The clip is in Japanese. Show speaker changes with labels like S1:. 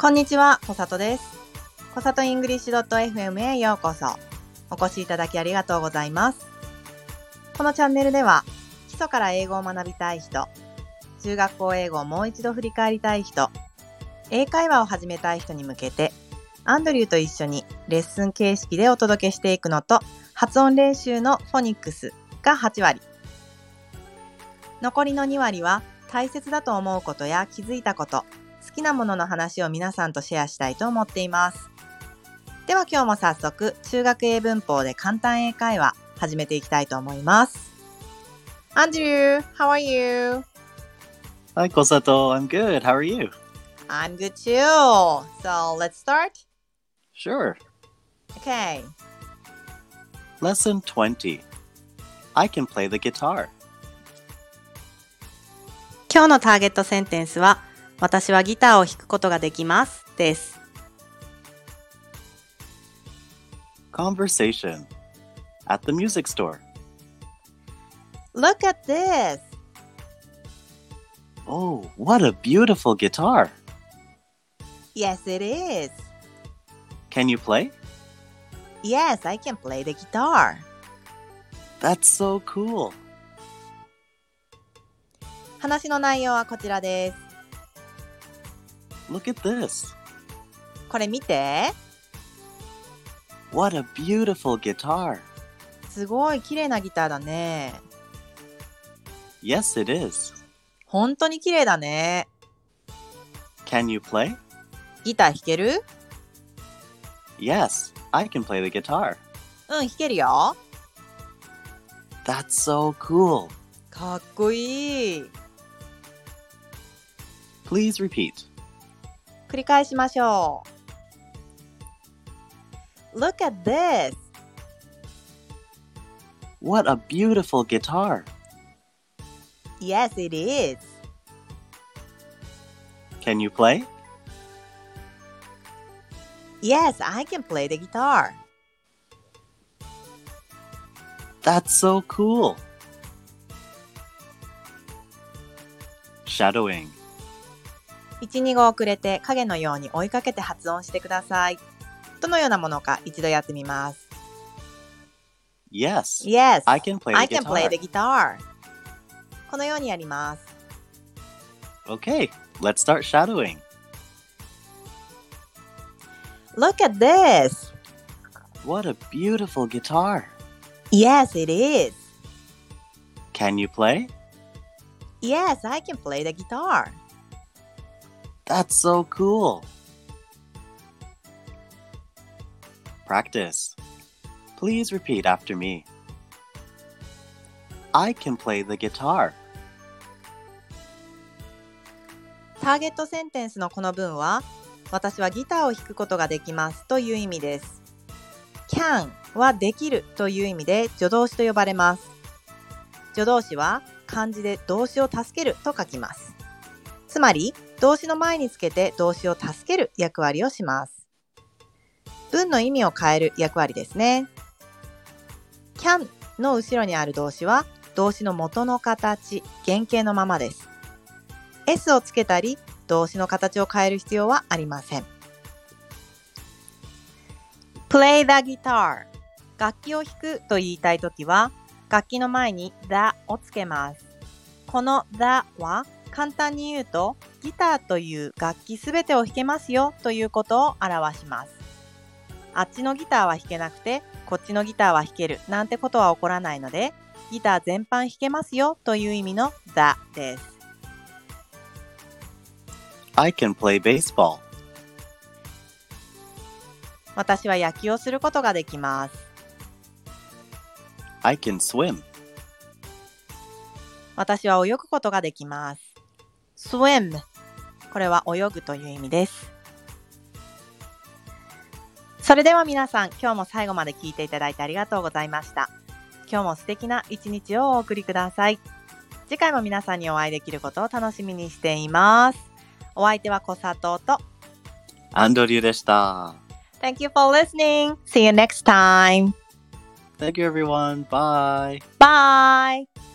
S1: こんにちは、こさとです。こさとイングリッシュ .fm へようこそ。お越しいただきありがとうございます。このチャンネルでは、基礎から英語を学びたい人、中学校英語をもう一度振り返りたい人、英会話を始めたい人に向けて、アンドリューと一緒にレッスン形式でお届けしていくのと、発音練習のフォニックスが8割。残りの2割は、大切だと思うことや気づいたこと、好きなものの話を皆さんとシェアしたいと思っています。では今日も早速、中学英文法で簡単英会話始めていきたいと思います。アンドリュー、how are you?
S2: Hi, Kosato. I'm good. How are you?
S1: I'm good too. So let's start.
S2: Sure.
S1: Okay.
S2: Lesson 20. I can play the guitar.
S1: 今日のターゲットセンテンスは、私はギターを弾くことができますです。
S2: Conversation. At the music store.
S1: Look at this!
S2: Oh, what a beautiful guitar.
S1: Yes, it is.
S2: Can you play?
S1: Yes, I can play the guitar.
S2: That's so cool.
S1: 話の内容はこちらです。
S2: Look at this.
S1: これ見て。
S2: What a beautiful guitar.
S1: すごい綺麗なギターだね。
S2: Yes, it is.
S1: 本当に綺麗だね。
S2: Can you play?
S1: ギター弾ける
S2: Yes, I can play the guitar.
S1: うん、弾けるよ。
S2: That's so cool.
S1: かっこいい。
S2: Please repeat.
S1: 繰り返しましょう。Look at this!
S2: What a beautiful guitar.
S1: Yes, it is!
S2: Can you play?
S1: Yes, I can play the guitar!
S2: That's so cool. Shadowing.
S1: 1、2語遅れて影のように追いかけて発音してください。どのようなものか一度やってみます。
S2: Yes.
S1: Yes,
S2: I can play the
S1: I can
S2: guitar.
S1: play the guitar! このようにやります。
S2: Okay, let's start shadowing.
S1: Look at this!
S2: What a beautiful guitar.
S1: Yes, it is!
S2: Can you play?
S1: Yes, I can play the guitar.
S2: That's so cool. Practice. Please repeat after me. I can play the guitar.
S1: ターゲットセンテンスのこの文は、私はギターを弾くことができますという意味です。can はできるという意味で助動詞と呼ばれます。助動詞は漢字で動詞を助けると書きます。つまり、動詞の前につけて動詞を助ける役割をします。文の意味を変える役割ですね。can の後ろにある動詞は動詞の元の形、原型のままです。S をつけたり動詞の形を変える必要はありません。Play the guitar 楽器を弾くと言いたいときは楽器の前に the をつけます。この the は簡単に言うとギターという楽器すべてを弾けますよということを表します。あっちのギターは弾けなくてこっちのギターは弾けるなんてことは起こらないのでギター全般弾けますよという意味の the です。
S2: I can play baseball.
S1: 私は野球をすることができます。
S2: I can swim.
S1: 私は泳ぐことができます。swim これは泳ぐという意味です。それでは皆さん、今日も最後まで聞いていただいてありがとうございました。今日も素敵な一日をお送りください。次回も皆さんにお会いできることを楽しみにしています。お相手は小佐藤と
S2: Andoryuでした.
S1: Thank you for listening. See you next time.
S2: Thank you, everyone. Bye.
S1: Bye.